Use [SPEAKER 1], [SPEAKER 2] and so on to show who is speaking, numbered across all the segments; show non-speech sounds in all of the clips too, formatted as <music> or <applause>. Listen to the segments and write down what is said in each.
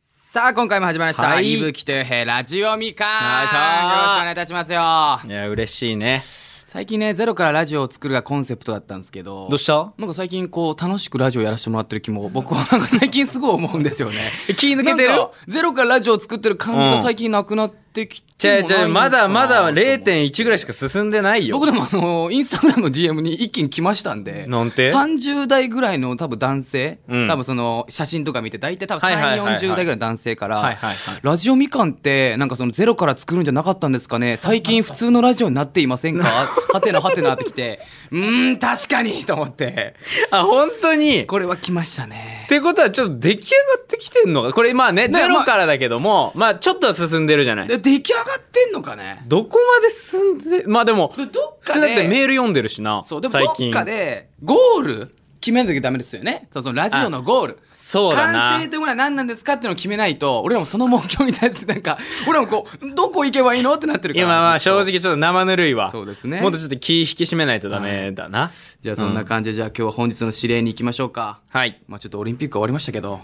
[SPEAKER 1] さあ今回も始まりました、
[SPEAKER 2] はい
[SPEAKER 1] 伊吹豊平ラジオみか
[SPEAKER 2] いし
[SPEAKER 1] ん
[SPEAKER 2] ます
[SPEAKER 1] よろしくお願いいたしますよ
[SPEAKER 2] いや嬉しいね
[SPEAKER 1] 最近ねゼロからラジオを作るがコンセプトだったんですけど
[SPEAKER 2] どうした
[SPEAKER 1] なんか最近こう楽しくラジオやらせてもらってる気も僕はなんか最近すごい思うんですよね
[SPEAKER 2] <laughs> 気抜けてる
[SPEAKER 1] なんかゼロからラジオを作ってる感じが最近なくなってき
[SPEAKER 2] じ
[SPEAKER 1] て
[SPEAKER 2] ゃ
[SPEAKER 1] も
[SPEAKER 2] じゃ
[SPEAKER 1] ないの
[SPEAKER 2] ま
[SPEAKER 1] かな
[SPEAKER 2] だまだ
[SPEAKER 1] と思って
[SPEAKER 2] 0.1ぐらいしか進んでないよ
[SPEAKER 1] 僕でもあのインスタグラムの DM に一気に来ましたんで
[SPEAKER 2] なんて
[SPEAKER 1] 30代ぐらいの多分男性、
[SPEAKER 2] うん
[SPEAKER 1] 多分その写真とか見て大体多分
[SPEAKER 2] はいはい
[SPEAKER 1] 3
[SPEAKER 2] はいはい
[SPEAKER 1] 四4 0代ぐらいの男性から、
[SPEAKER 2] はいはいはい
[SPEAKER 1] ラジオみかんってなんかそのゼロから作るんじゃなかったんですかね最近普通のラジオになっていません
[SPEAKER 2] <laughs>
[SPEAKER 1] かはてなはてなってきてうーん確かにと思って
[SPEAKER 2] あ本当にっ
[SPEAKER 1] これは来ましたね
[SPEAKER 2] てことはちょっと出来上がってきてんのかこれまあね
[SPEAKER 1] ね
[SPEAKER 2] ゼロからだけどもまあちょっとは進んでるじゃない
[SPEAKER 1] で出来上がってんのかね
[SPEAKER 2] どこまで進んでまあでも
[SPEAKER 1] でどっ
[SPEAKER 2] 普
[SPEAKER 1] か
[SPEAKER 2] 通だって
[SPEAKER 1] で
[SPEAKER 2] メール読んでるしな
[SPEAKER 1] そうでも
[SPEAKER 2] 最
[SPEAKER 1] どっ
[SPEAKER 2] 近
[SPEAKER 1] かでゴール決めなきゃダメですよねそうそのラジオのゴール
[SPEAKER 2] そうだな
[SPEAKER 1] 完成というものは何なんですかっていうのを決めないと俺らもその目標に対してなん
[SPEAKER 2] <laughs>
[SPEAKER 1] か俺らもこうどこ行けばいいのってなってる
[SPEAKER 2] い
[SPEAKER 1] か
[SPEAKER 2] や
[SPEAKER 1] ら
[SPEAKER 2] まあまあ
[SPEAKER 1] ずっ
[SPEAKER 2] 正
[SPEAKER 1] と
[SPEAKER 2] 直ちょっと生ぬるいわ
[SPEAKER 1] そうですね
[SPEAKER 2] もっとちょっと気引き締めないとダメだな
[SPEAKER 1] じゃあそんな感じで、じゃあ今日は本日の指令に行きましょうか
[SPEAKER 2] はい
[SPEAKER 1] まあちょっとオリンピック終わりましたけど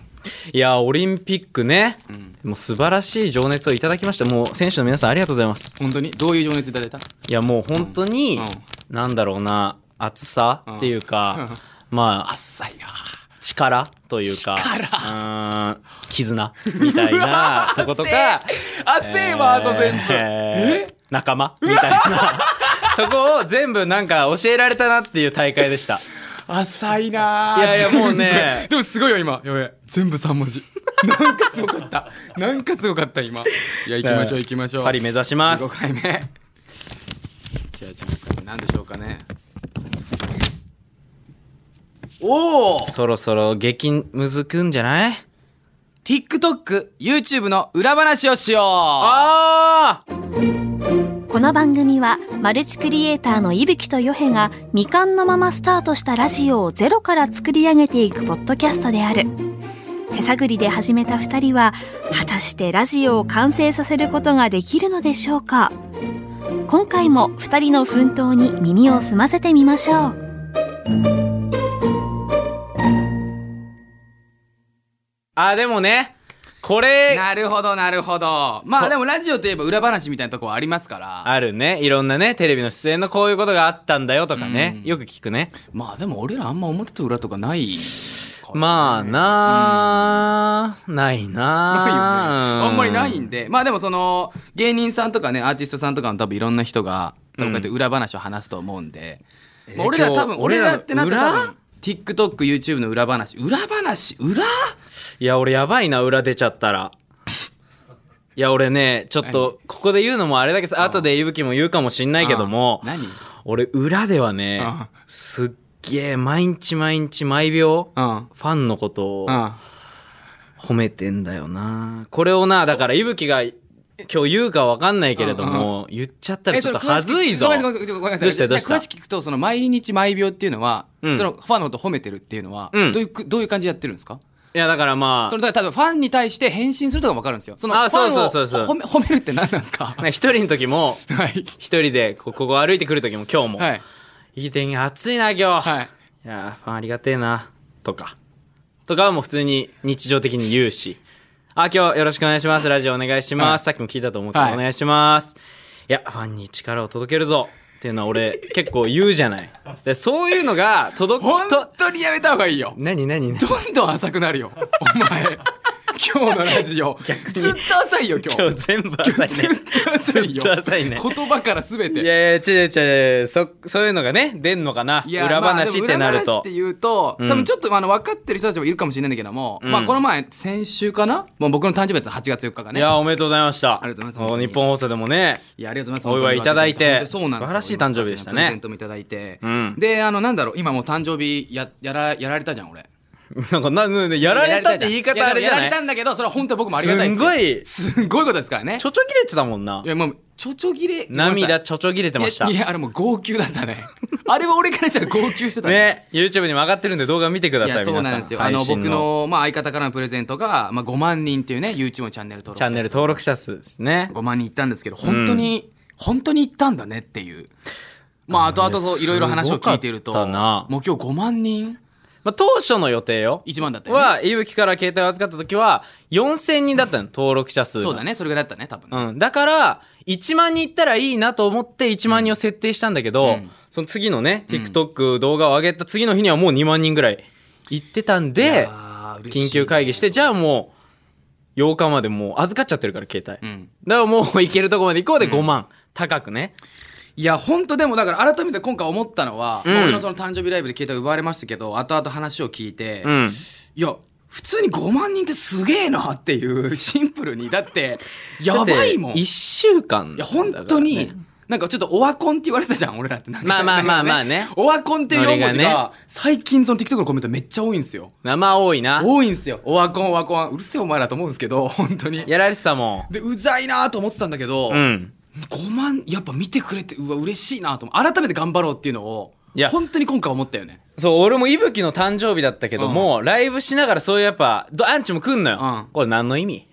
[SPEAKER 2] いやオリンピックねもう素晴らしい情熱をいただきましたもう選手の皆さんありがとうございます
[SPEAKER 1] 本当にどういう情熱いただいた
[SPEAKER 2] いやもう本当に、
[SPEAKER 1] うんうん
[SPEAKER 2] なんだろうな熱さっていうか、まあ
[SPEAKER 1] 浅いな
[SPEAKER 2] 力というか
[SPEAKER 1] 力
[SPEAKER 2] うーん絆みたいなとことか
[SPEAKER 1] 熱いワード全部、
[SPEAKER 2] えー仲間みたいなとこを全部なんか教えられたなっていう大会でした
[SPEAKER 1] 浅いなあ
[SPEAKER 2] いやいやもうね
[SPEAKER 1] 全部でもすごいよ今やべえ全部3文字なんかすごかったなんかすごかった今いや行きましょう行きましょう
[SPEAKER 2] パリ目指します
[SPEAKER 1] 15回目じゃあ15回目何でしょうかねおお
[SPEAKER 2] そろそろ激むずくんじゃない
[SPEAKER 1] TikTokYouTube の裏話をしようあ
[SPEAKER 2] ああ
[SPEAKER 3] この番組はマルチクリエイターの伊吹とヨヘが未完のままスタートしたラジオをゼロから作り上げていくポッドキャストである手探りで始めた2人は果たしてラジオを完成させることができるのでしょうか今回も2人の奮闘に耳を澄ませてみましょう
[SPEAKER 2] あでもねこれ
[SPEAKER 1] なるほどなるほどまあ
[SPEAKER 2] こ
[SPEAKER 1] でもラジオといえば裏話みたいなとこはありますから
[SPEAKER 2] あるねいろんなねテレビの出演のこういうことがあったんだよとかね
[SPEAKER 1] うん
[SPEAKER 2] よく聞くね
[SPEAKER 1] まあでも俺らあんま表と裏とかないからね
[SPEAKER 2] まあなあ、ないなあ
[SPEAKER 1] ないよね。あんまりない
[SPEAKER 2] うん
[SPEAKER 1] んで。まあでもその、芸人さんとかね、アーティストさんとかの多分いろんな人が、多分こうやって裏話を話すと思うんで。まあ俺ら
[SPEAKER 2] 今日
[SPEAKER 1] 多分、俺らってなったら多
[SPEAKER 2] 俺ら
[SPEAKER 1] 分、TikTok、YouTube の裏話。裏話裏
[SPEAKER 2] いや俺やばいな裏出ちゃったらいや俺ねちょっとここで言うのもあれだけど後でいぶきも言うかもしんないけども
[SPEAKER 1] あ何
[SPEAKER 2] 俺裏ではね
[SPEAKER 1] あ
[SPEAKER 2] すっげえ毎日毎日毎秒フ
[SPEAKER 1] うん。
[SPEAKER 2] ァンのことを
[SPEAKER 1] うん。
[SPEAKER 2] 褒めてんだよなこれをなだからいぶきが今日言うかわかんないけれども言っちゃったらちょっと恥ずいぞ
[SPEAKER 1] えそれ詳しくごめんごめんごめんごめん
[SPEAKER 2] どうしたどうした
[SPEAKER 1] 詳しく聞くと、その毎日毎秒っていうのは、
[SPEAKER 2] うん
[SPEAKER 1] そのファンのこと褒めてるっていうのは、
[SPEAKER 2] うん
[SPEAKER 1] どういうく、どういう感じでやってるんですか
[SPEAKER 2] いやだからまあ
[SPEAKER 1] その、だから多分ファンに対して返信するとかもわかるんですよ。その、ファンを
[SPEAKER 2] あそうそうそうそう
[SPEAKER 1] 褒め、褒めるって何なんですか
[SPEAKER 2] <laughs> ね一人の時も
[SPEAKER 1] はい。
[SPEAKER 2] 一人でこここ歩いてくる時も今日も、
[SPEAKER 1] はい。
[SPEAKER 2] い、い天気暑いな今日、
[SPEAKER 1] はい。
[SPEAKER 2] い、やーファンありがてえなとかとかはもう普通に日常的に言うしあ今日よろしくお願いしますラジオお願いします、
[SPEAKER 1] はい
[SPEAKER 2] さっきも聞いたと思うけど、
[SPEAKER 1] はい
[SPEAKER 2] お願いしますいやファンに力を届けるぞっていうのは俺結構言うじゃないでそういうのが届
[SPEAKER 1] 本
[SPEAKER 2] くと
[SPEAKER 1] 当にやめた方がいいよ
[SPEAKER 2] 何何何
[SPEAKER 1] どんどん浅くなるよお前今日のラジオずっと浅いよ今日
[SPEAKER 2] 今日全部浅いね
[SPEAKER 1] ずっ
[SPEAKER 2] ずっと浅いね
[SPEAKER 1] 言葉から全
[SPEAKER 2] い
[SPEAKER 1] て
[SPEAKER 2] やいや違う違う違うそそういうのがね出んのかない
[SPEAKER 1] や
[SPEAKER 2] 裏
[SPEAKER 1] まあで
[SPEAKER 2] 話
[SPEAKER 1] も
[SPEAKER 2] ってな
[SPEAKER 1] 裏話
[SPEAKER 2] る
[SPEAKER 1] っ
[SPEAKER 2] と
[SPEAKER 1] ていうと、
[SPEAKER 2] うん
[SPEAKER 1] 多分ちょっとあの分かってる人たちもいるかもしれないんだけども、
[SPEAKER 2] うん
[SPEAKER 1] まあこの前先週かな、まあ、僕の誕生日だった8月4日がね
[SPEAKER 2] いやおめでとうございました
[SPEAKER 1] ありがとうございます
[SPEAKER 2] も
[SPEAKER 1] 本当に
[SPEAKER 2] 日本放送でもね
[SPEAKER 1] いやありがとうございます
[SPEAKER 2] お祝いいただいて
[SPEAKER 1] 本当にそうなんですよ
[SPEAKER 2] 素晴らしい誕生日でしたね
[SPEAKER 1] プレゼントもいただいて、
[SPEAKER 2] うん
[SPEAKER 1] であのなんだろう今もう誕生日ややらやられたじゃん俺
[SPEAKER 2] なんかなななやられたって言い方あれじゃ
[SPEAKER 1] やら
[SPEAKER 2] な
[SPEAKER 1] れ
[SPEAKER 2] い
[SPEAKER 1] たんだけどそれは本当は僕もありがたいです
[SPEAKER 2] すんごい
[SPEAKER 1] すんごいことですからね
[SPEAKER 2] ちょちょ切れてたもんない
[SPEAKER 1] やもうちょちょ切れ
[SPEAKER 2] 涙ちょちょ切れてました
[SPEAKER 1] いやいやあれもう号泣だったね <laughs> あれは俺からしたら号泣してた
[SPEAKER 2] ね YouTube にも上がってるんで動画見てくだ
[SPEAKER 1] い
[SPEAKER 2] さ
[SPEAKER 1] や
[SPEAKER 2] い
[SPEAKER 1] そうな
[SPEAKER 2] 皆さ
[SPEAKER 1] ん
[SPEAKER 2] ん
[SPEAKER 1] ですよあの
[SPEAKER 2] 配信
[SPEAKER 1] 僕の、まあ、相方からのプレゼントが、まあ、5万人っていうね YouTube のチャンネル登録
[SPEAKER 2] チャンネル登録者数ですね
[SPEAKER 1] 5万人いったんですけど本当に、本当に行ったんだねっていうまあ後々そういろいろ話を聞いてると
[SPEAKER 2] すごかったな
[SPEAKER 1] もう今日5万人
[SPEAKER 2] まあ、当初の予定よ
[SPEAKER 1] 1万だったよ、ね、
[SPEAKER 2] は、いぶきから携帯を預かった時は、4000人だったの、登録者数が。
[SPEAKER 1] そうだねそれぐらいだったね多分ね、
[SPEAKER 2] うん、だから1万人いったらいいなと思って1万人を設定したんだけど、
[SPEAKER 1] うん
[SPEAKER 2] その次のね
[SPEAKER 1] うん
[SPEAKER 2] TikTok 動画を上げた次の日にはもう2万人ぐらい行ってたんで緊急会議してじ
[SPEAKER 1] ゃ
[SPEAKER 2] ゃあもう8日までもう預かっちゃってるから携帯、
[SPEAKER 1] う
[SPEAKER 2] だか
[SPEAKER 1] ん、
[SPEAKER 2] らもう行けるとこまで行こうで5万、高くね
[SPEAKER 1] いや本当でもだから改めて今回思ったのは、
[SPEAKER 2] うん
[SPEAKER 1] まあ俺のその誕生日ライブで携帯奪われましたけど後々話を聞いて、
[SPEAKER 2] うん
[SPEAKER 1] いや普通に5万人ってすげえなっていう <laughs> シンプルにだってやばいもん
[SPEAKER 2] 1週間
[SPEAKER 1] い
[SPEAKER 2] だ
[SPEAKER 1] や
[SPEAKER 2] からね
[SPEAKER 1] 本当に、なんかちょっとオワコンって言われてたじゃん俺らってなんか
[SPEAKER 2] まあまあまあまあね
[SPEAKER 1] <laughs> オワコンっていう4文字
[SPEAKER 2] ノリが
[SPEAKER 1] が最近その TikTok のコメントめっちゃ多いんですよ
[SPEAKER 2] 生多いな
[SPEAKER 1] 多いんですよオワコンオワコンうるせえお前らと思うんですけど本当に
[SPEAKER 2] やられてたも
[SPEAKER 1] でうざいなと思ってたんだけど、
[SPEAKER 2] んうん
[SPEAKER 1] 5万やっぱ見てくれてうわ嬉しいなと思う改めて頑張ろうっていうのを
[SPEAKER 2] いや
[SPEAKER 1] 本当に今回思ったよね
[SPEAKER 2] そう俺もいぶきの誕生日だったけども、ライブしながらそういうやっぱどアンチも来んのよ、
[SPEAKER 1] うん
[SPEAKER 2] これ何の意味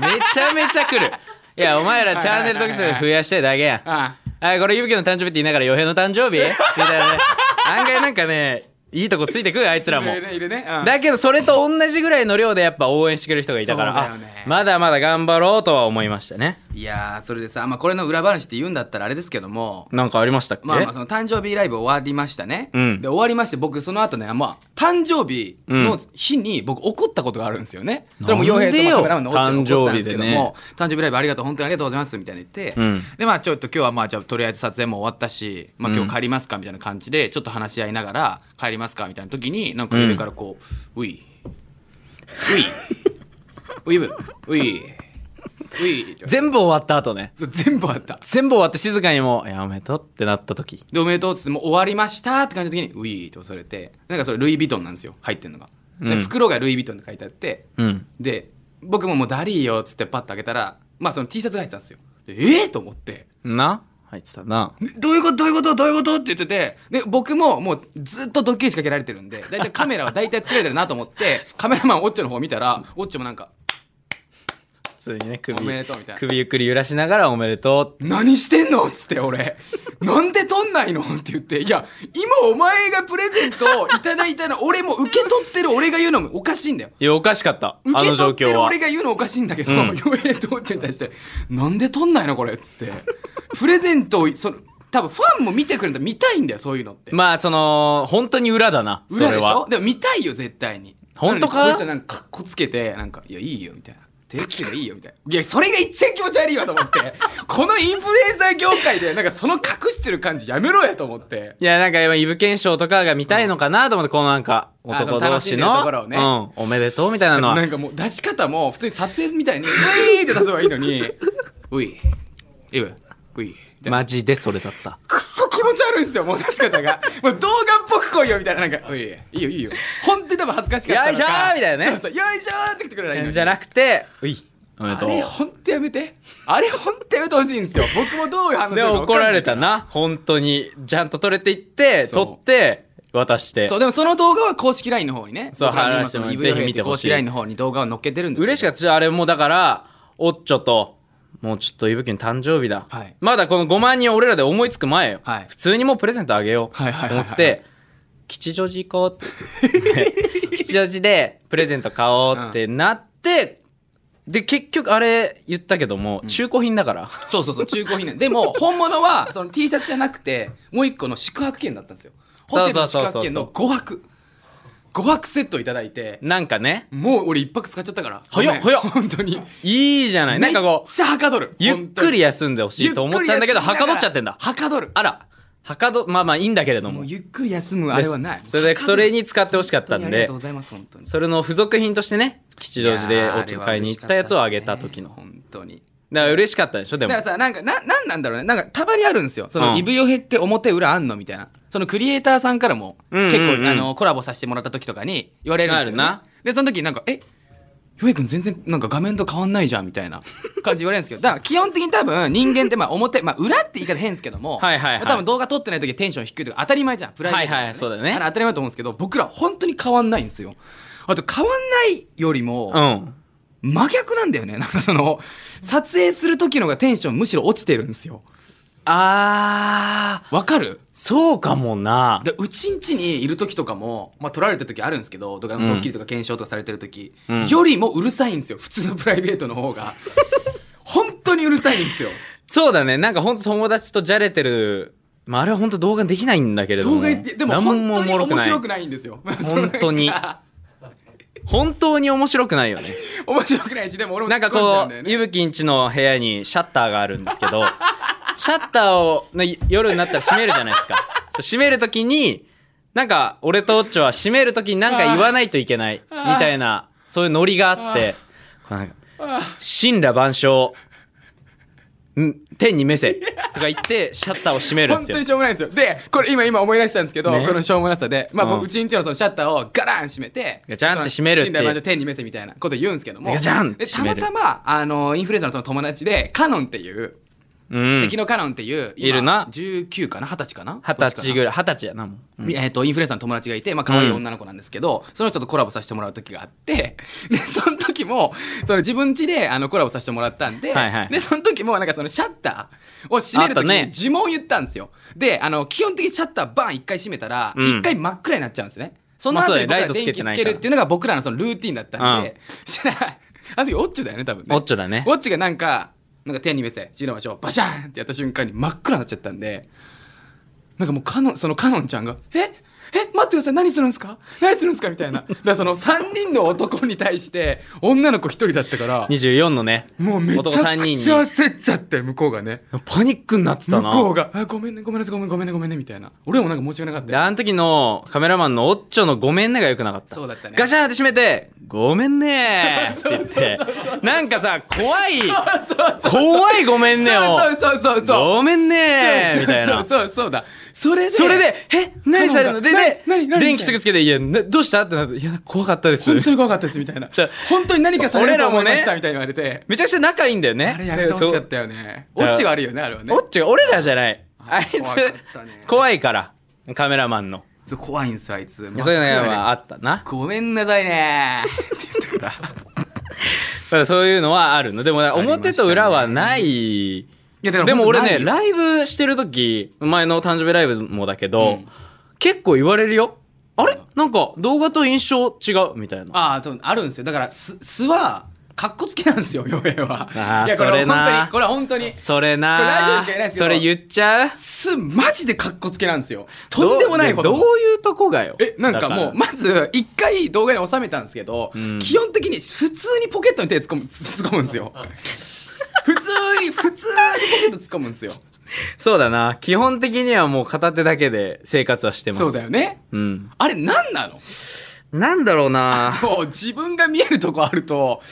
[SPEAKER 2] めちゃめちゃ来るいやお前らチャンネル登録者数増やしたいだけやん
[SPEAKER 1] ああ
[SPEAKER 2] あこれいぶきの誕生日って言いながら余平の誕生日みたいなね案外なんかねいいとこついてくるあいつらも
[SPEAKER 1] いるねいるね、うん
[SPEAKER 2] だけどそれと同じぐらいの量でやっぱ応援してくれる人がいたから
[SPEAKER 1] そうだよね
[SPEAKER 2] あまだまだ頑張ろうとは思いましたね
[SPEAKER 1] いやーそれでさ、まあ、これの裏話って言うんだったらあれですけども
[SPEAKER 2] なんかありましたっけ、
[SPEAKER 1] まあまあその誕生日ライブ終わりましたね、
[SPEAKER 2] うん
[SPEAKER 1] で終わりまして僕その後ねまあ誕生日の日に僕怒ったことがあるんですよね、それも
[SPEAKER 2] なん
[SPEAKER 1] 傭
[SPEAKER 2] で
[SPEAKER 1] 兵と
[SPEAKER 2] よ
[SPEAKER 1] カメラマンのおっちゃんに怒ったんですけども
[SPEAKER 2] 誕生日でね
[SPEAKER 1] 誕生日ライブありがとう本当にありがとうございますみたいな言って、
[SPEAKER 2] うん
[SPEAKER 1] でまあちょっと今日はまあじゃあとりあえず撮影も終わったし、まあ、今日帰りますかみたいな感じでちょっと話し合いながら帰りますかみたいな時になんか上からこう「うい、ういういういういうい」って
[SPEAKER 2] 全部終わった後ね
[SPEAKER 1] そう全部あった
[SPEAKER 2] 全部終わって静かにもう「いやおめでとう」ってなった時
[SPEAKER 1] で、おめでとうっつって、もう終わりましたって感じの時に、ウィーって押されて、なんかそれルイ・ヴィトンなんですよ、入ってんのが。で
[SPEAKER 2] うん
[SPEAKER 1] 袋がルイ・ヴィトンって書いてあって、
[SPEAKER 2] うん
[SPEAKER 1] で、僕ももうダリーよっつってパッと開けたら、まあその T シャツが入ってたんですよ。でえー、と思って、
[SPEAKER 2] な入ってたな
[SPEAKER 1] ねどういうことどういうことどういうことって言ってて、で、僕ももうずっとドッキリ仕掛けられてるんで、だいたいカメラは大体作られてるなと思って、カメラマンオッチョの方見たら、オッチョもなんか、
[SPEAKER 2] 普通にね首
[SPEAKER 1] おめでとうみたいな
[SPEAKER 2] 首ゆっくり揺らしながらおめでとう
[SPEAKER 1] 何してんのっつって俺なんで撮んないのって言っていや今お前がプレゼントをいただいたの俺も受け取ってる俺が言うのもおかしいんだよ
[SPEAKER 2] いやおかしかった
[SPEAKER 1] 受
[SPEAKER 2] あ
[SPEAKER 1] け
[SPEAKER 2] の
[SPEAKER 1] 取っ
[SPEAKER 2] 状
[SPEAKER 1] て
[SPEAKER 2] 況
[SPEAKER 1] る
[SPEAKER 2] は
[SPEAKER 1] 俺が言うのおかしいんだけど
[SPEAKER 2] うん
[SPEAKER 1] 余平とおっちゃんに対して「なんで撮んないのこれ」っつってプレゼントをその多分ファンも見てくれたら見たいんだよそういうのって
[SPEAKER 2] まあその本当に裏だなそ
[SPEAKER 1] 裏
[SPEAKER 2] れ
[SPEAKER 1] でしょ
[SPEAKER 2] は
[SPEAKER 1] でも見たいよ絶対に
[SPEAKER 2] 本当
[SPEAKER 1] な
[SPEAKER 2] か
[SPEAKER 1] のにこいつはなんかかっこつけてなんか「いやいいよ」みたいな「手口がいいよ」みたいないやそれが一番気持ち悪いわと思って <laughs> このインフルエンサー業界でなんかその隠してる感じやめろやと思って
[SPEAKER 2] いやなんか今イブ検証とかが見たいのかなと思って、このなんか男同士
[SPEAKER 1] あその
[SPEAKER 2] の
[SPEAKER 1] 楽しんでると
[SPEAKER 2] うん、おめでとうみたいなの
[SPEAKER 1] な <laughs>
[SPEAKER 2] は
[SPEAKER 1] んかもう出し方も普通に撮影みたいに「ウィー!」って出せばいいの
[SPEAKER 2] <laughs>
[SPEAKER 1] に「ウィー」「イブ」「ウィー」みたいな
[SPEAKER 2] マジでそれだった
[SPEAKER 1] くっそ気持ち悪いんですよもう出し方がもう動画っぽく来いよみたいななんか「ウィー」「いいよいいよ」本当に多分恥ずかしかったのか
[SPEAKER 2] よいしょーみたいなね
[SPEAKER 1] そうそうよいしょーって来てくれないいのに
[SPEAKER 2] じゃなくて「ういおめで
[SPEAKER 1] あ
[SPEAKER 2] と
[SPEAKER 1] れ
[SPEAKER 2] う
[SPEAKER 1] ほんとやめてあれほんとやめてほしいんですよ僕もどういう反応」する
[SPEAKER 2] で
[SPEAKER 1] か分
[SPEAKER 2] 怒
[SPEAKER 1] からんな
[SPEAKER 2] れ
[SPEAKER 1] いか
[SPEAKER 2] たな本当にちゃんと取れていって
[SPEAKER 1] そう
[SPEAKER 2] 取って渡して
[SPEAKER 1] そうでもその動画は公式 LINE の方にね
[SPEAKER 2] そう
[SPEAKER 1] 僕らの今
[SPEAKER 2] 話しても
[SPEAKER 1] その
[SPEAKER 2] ぜひ見てほし
[SPEAKER 1] 公式
[SPEAKER 2] い
[SPEAKER 1] LINE の方に動画を載っけてるんですけど
[SPEAKER 2] 嬉しかったしあれもうだからおっちょともうちょっと伊吹の誕生日だ、
[SPEAKER 1] はい
[SPEAKER 2] まだこの5万人俺らで思いつく前よ、
[SPEAKER 1] はい
[SPEAKER 2] 普通にもうプレゼントあげよう
[SPEAKER 1] はいはいはいはい
[SPEAKER 2] 思ってて吉祥寺行こうっ
[SPEAKER 1] <laughs>
[SPEAKER 2] て吉祥寺でプレゼント買おうってなって、で結局あれ言ったけども、中古品だから
[SPEAKER 1] そうそうそう中古品なんで
[SPEAKER 2] <laughs>
[SPEAKER 1] も本物はその T シャツじゃなくてもう一個の宿泊券だったんですよホテルの宿泊券の5泊5泊セットをいただいて
[SPEAKER 2] なんかね
[SPEAKER 1] もう俺1泊使っちゃったから
[SPEAKER 2] 早っ
[SPEAKER 1] ごめん
[SPEAKER 2] 早っ
[SPEAKER 1] 本当に
[SPEAKER 2] いいじゃないなんか
[SPEAKER 1] め
[SPEAKER 2] こう
[SPEAKER 1] っちゃはかどる
[SPEAKER 2] ゆっくり休んでほしいと思ったんだけどはかどっちゃってんだ
[SPEAKER 1] はかどる
[SPEAKER 2] あらはかどまあまあいいんだけれど
[SPEAKER 1] も
[SPEAKER 2] も
[SPEAKER 1] うゆっくり休むあれはない
[SPEAKER 2] それで
[SPEAKER 1] かどる
[SPEAKER 2] それに使ってほしかっ
[SPEAKER 1] 本当
[SPEAKER 2] た
[SPEAKER 1] に
[SPEAKER 2] ん
[SPEAKER 1] ありが
[SPEAKER 2] で
[SPEAKER 1] とうございます本当に
[SPEAKER 2] それの付属品としてね吉祥寺でお茶買いに行ったやつをあげた時の
[SPEAKER 1] い
[SPEAKER 2] だ
[SPEAKER 1] やーあれは嬉しかったですね本当に
[SPEAKER 2] から嬉しかったでしょ
[SPEAKER 1] だ
[SPEAKER 2] でも
[SPEAKER 1] からさなんかななんなんだろうねなんかたまにあるんですよその、
[SPEAKER 2] うん
[SPEAKER 1] イブヨヘって表裏あんのみたいなそのクリエイターさんからも
[SPEAKER 2] うんうんうん
[SPEAKER 1] 結構、あのコラボさせてもらった時とかに言われるんですよ、ね、
[SPEAKER 2] あるな
[SPEAKER 1] でその時になんか「えヨヘ君全然なんか画面と変わんないじゃん」みたいな感じ言われるんですけどだから基本的に多分人間ってまあ表、まあ、裏って言い方変ですけども
[SPEAKER 2] はいはいはい
[SPEAKER 1] まあ多分動画撮ってない時はテンション低いとか当たり前じゃんプライベートだから
[SPEAKER 2] はいはいそうだよね
[SPEAKER 1] から当たり前だと思うんですけど僕ら本当に変わんないんですよあと変わんないよりも、
[SPEAKER 2] うん
[SPEAKER 1] 真逆なんだよねなんかその撮影する時の方がテンションむしろ落ちてるんですよ
[SPEAKER 2] あー
[SPEAKER 1] わかる
[SPEAKER 2] そうかもな
[SPEAKER 1] でうちん家にいる時とかも、まあ、撮られた時あるんですけどとかド
[SPEAKER 2] ん
[SPEAKER 1] ッキリとか検証とかされてる時、
[SPEAKER 2] うん
[SPEAKER 1] よりもうるさいんですよ普通のプライベートの方が本当にうるさいんですよ
[SPEAKER 2] そうだねなんかほんと友達とじゃれてるまああれは本当動画できないんだけれども
[SPEAKER 1] 動画ってでも
[SPEAKER 2] 何
[SPEAKER 1] 本当に
[SPEAKER 2] おもろく
[SPEAKER 1] 面
[SPEAKER 2] ない
[SPEAKER 1] 白くないんですよその
[SPEAKER 2] 本当に
[SPEAKER 1] なんか
[SPEAKER 2] 本当に面白くないよね
[SPEAKER 1] 面白くないしでも俺も
[SPEAKER 2] な
[SPEAKER 1] 突
[SPEAKER 2] ん
[SPEAKER 1] っ込
[SPEAKER 2] か
[SPEAKER 1] んじゃう
[SPEAKER 2] こ
[SPEAKER 1] んだよ
[SPEAKER 2] う、
[SPEAKER 1] ね
[SPEAKER 2] ゆぶきんちの部屋にシャッターがあるんですけ
[SPEAKER 1] <laughs>
[SPEAKER 2] ど、シャッターを、ね、夜になったら閉めるじゃないですか。そう閉めるときに、なんか、俺とオッチョは閉めるときになんか言わないといけない、みたいな、そういうノリがあって、こうなんか、神羅万象、ん天に召せ、とか言って、シャッターを閉めるんで
[SPEAKER 1] 本
[SPEAKER 2] す
[SPEAKER 1] 当
[SPEAKER 2] よ
[SPEAKER 1] に。しょうもないんですよでこれ今今思い出したんですけど、
[SPEAKER 2] ね
[SPEAKER 1] このしょうもなさで、まあ
[SPEAKER 2] うん
[SPEAKER 1] 僕うちん家のそのシャッターをガラン閉めて
[SPEAKER 2] ガチャンって閉めるって
[SPEAKER 1] 信頼場所天に目せみたいなこと言うんですけども
[SPEAKER 2] ガチャンって
[SPEAKER 1] でた
[SPEAKER 2] 閉め
[SPEAKER 1] ま
[SPEAKER 2] る
[SPEAKER 1] たまあのインフルエンサーのその友達でカノンっていう
[SPEAKER 2] うん。
[SPEAKER 1] 関野カノンっていう今
[SPEAKER 2] いるな
[SPEAKER 1] 19かな20歳かな
[SPEAKER 2] 二十歳ぐ
[SPEAKER 1] らい
[SPEAKER 2] らい、二十歳やな、もう。うん
[SPEAKER 1] えー、とインフルエンサーの友達がいて、まあ可愛い
[SPEAKER 2] うん
[SPEAKER 1] 女の子なんですけど、その人とコラボさせてもらう時があって <laughs> でその時もその自分家であのコラボさせてもらったんで,、
[SPEAKER 2] はいはい
[SPEAKER 1] でその時もなんかそのシャッターを閉める時
[SPEAKER 2] あったね
[SPEAKER 1] に呪文言ったんですよであの基本的にシャッターバン一回閉めたら
[SPEAKER 2] うん
[SPEAKER 1] 一、回真っ暗になっちゃうんですねその
[SPEAKER 2] まあそ
[SPEAKER 1] 後
[SPEAKER 2] う
[SPEAKER 1] に
[SPEAKER 2] だ
[SPEAKER 1] 僕ら
[SPEAKER 2] ねライトつ
[SPEAKER 1] 電
[SPEAKER 2] け
[SPEAKER 1] 気
[SPEAKER 2] て
[SPEAKER 1] つ
[SPEAKER 2] ない
[SPEAKER 1] け
[SPEAKER 2] から
[SPEAKER 1] るっていうのが僕らのそのルーティンだったんで、したら <laughs> あの時オッチョだよね多分ね
[SPEAKER 2] オッチョだね
[SPEAKER 1] オッチョがなんかなんか天に目線白場所バシャーンってやった瞬間に真っ暗になっちゃったんでなんかもうカノン、そのカノンちゃんが、ええ待ってください、何するんですか何するんですかみたいな。だからその3人の男に対して、女の子1人だったから、
[SPEAKER 2] 24のね、
[SPEAKER 1] もうめちゃく
[SPEAKER 2] 男
[SPEAKER 1] ちゃ
[SPEAKER 2] 三人に。
[SPEAKER 1] 焦っちゃって、向こうがね。
[SPEAKER 2] パニックになってた
[SPEAKER 1] 向
[SPEAKER 2] な。
[SPEAKER 1] こうが、あごめんね、ごめんなさい、ごめん、ごめんね、ごめんね、みたいな。俺もなんか申し訳なかった
[SPEAKER 2] で
[SPEAKER 1] よ。
[SPEAKER 2] あの時のカメラマンのオッチョの「ごめんね」が良くなかった
[SPEAKER 1] そうだったね
[SPEAKER 2] ガシャンって閉めて「ごめんね」って言ってなんかさ怖い
[SPEAKER 1] そうそうそう
[SPEAKER 2] 怖い「ごめんね」を
[SPEAKER 1] そうそうそう
[SPEAKER 2] 「
[SPEAKER 1] そう。
[SPEAKER 2] ごめんね」みたい
[SPEAKER 1] そう
[SPEAKER 2] な
[SPEAKER 1] そうそうそうだ。それで、
[SPEAKER 2] それで「え何されるの?」でで
[SPEAKER 1] 何何何
[SPEAKER 2] 電気すぐつけて「いやなどうした?」ってなって「いや怖かったです
[SPEAKER 1] 本」当に怖かったです、みたいな
[SPEAKER 2] じゃあ。
[SPEAKER 1] 本当に何かされると思いました、
[SPEAKER 2] 俺らもね
[SPEAKER 1] みたいに言われて。
[SPEAKER 2] めちゃくちゃ仲いいんだよね
[SPEAKER 1] あれやめてほしかったよね。オッチがあるよね、あれはね
[SPEAKER 2] そうオ。ッチョ俺らじゃない
[SPEAKER 1] あ
[SPEAKER 2] あいつ
[SPEAKER 1] 怖かったね
[SPEAKER 2] 怖いからカメラマンの
[SPEAKER 1] そう怖いんすよあいつ
[SPEAKER 2] そういうの
[SPEAKER 1] 真っ暗
[SPEAKER 2] は
[SPEAKER 1] で
[SPEAKER 2] あったな
[SPEAKER 1] ごめんなさい
[SPEAKER 2] <laughs>
[SPEAKER 1] ねって言ったからい
[SPEAKER 2] だからそういうのはあるのでも表と裏はない
[SPEAKER 1] やだから
[SPEAKER 2] でも俺ね
[SPEAKER 1] 本当ないよ
[SPEAKER 2] ライブしてる時前の誕生日ライブもだけど、
[SPEAKER 1] うん
[SPEAKER 2] 結構言われるよあれなんか動画と印象違うみたいな
[SPEAKER 1] ああそうあるんですよだからす素はかっこつけなんですよ <laughs> 余平は
[SPEAKER 2] あー
[SPEAKER 1] いやこれ
[SPEAKER 2] そ
[SPEAKER 1] は
[SPEAKER 2] れな
[SPEAKER 1] 本当にこれは本当に
[SPEAKER 2] それ
[SPEAKER 1] これラジオ
[SPEAKER 2] な
[SPEAKER 1] しか言えないですけど
[SPEAKER 2] それ言っちゃう
[SPEAKER 1] すマジでかっこつけなんですよとんでもないこと
[SPEAKER 2] どうどういうとこがよ
[SPEAKER 1] えなんかもう
[SPEAKER 2] だら
[SPEAKER 1] まず一回動画に収めたんですけど、
[SPEAKER 2] ん
[SPEAKER 1] 基本的に普通にポケットに手突っ込む <laughs> 突っ込むんです
[SPEAKER 2] <laughs>
[SPEAKER 1] よ普通に普通にポケット突っ込むんですよ
[SPEAKER 2] そうだな基本的にはもう片手だけで生活はしてます
[SPEAKER 1] そうだよね
[SPEAKER 2] うん
[SPEAKER 1] あれ何なの
[SPEAKER 2] なんだろう
[SPEAKER 1] <laughs>
[SPEAKER 2] な
[SPEAKER 1] そう自分が見えるとこあると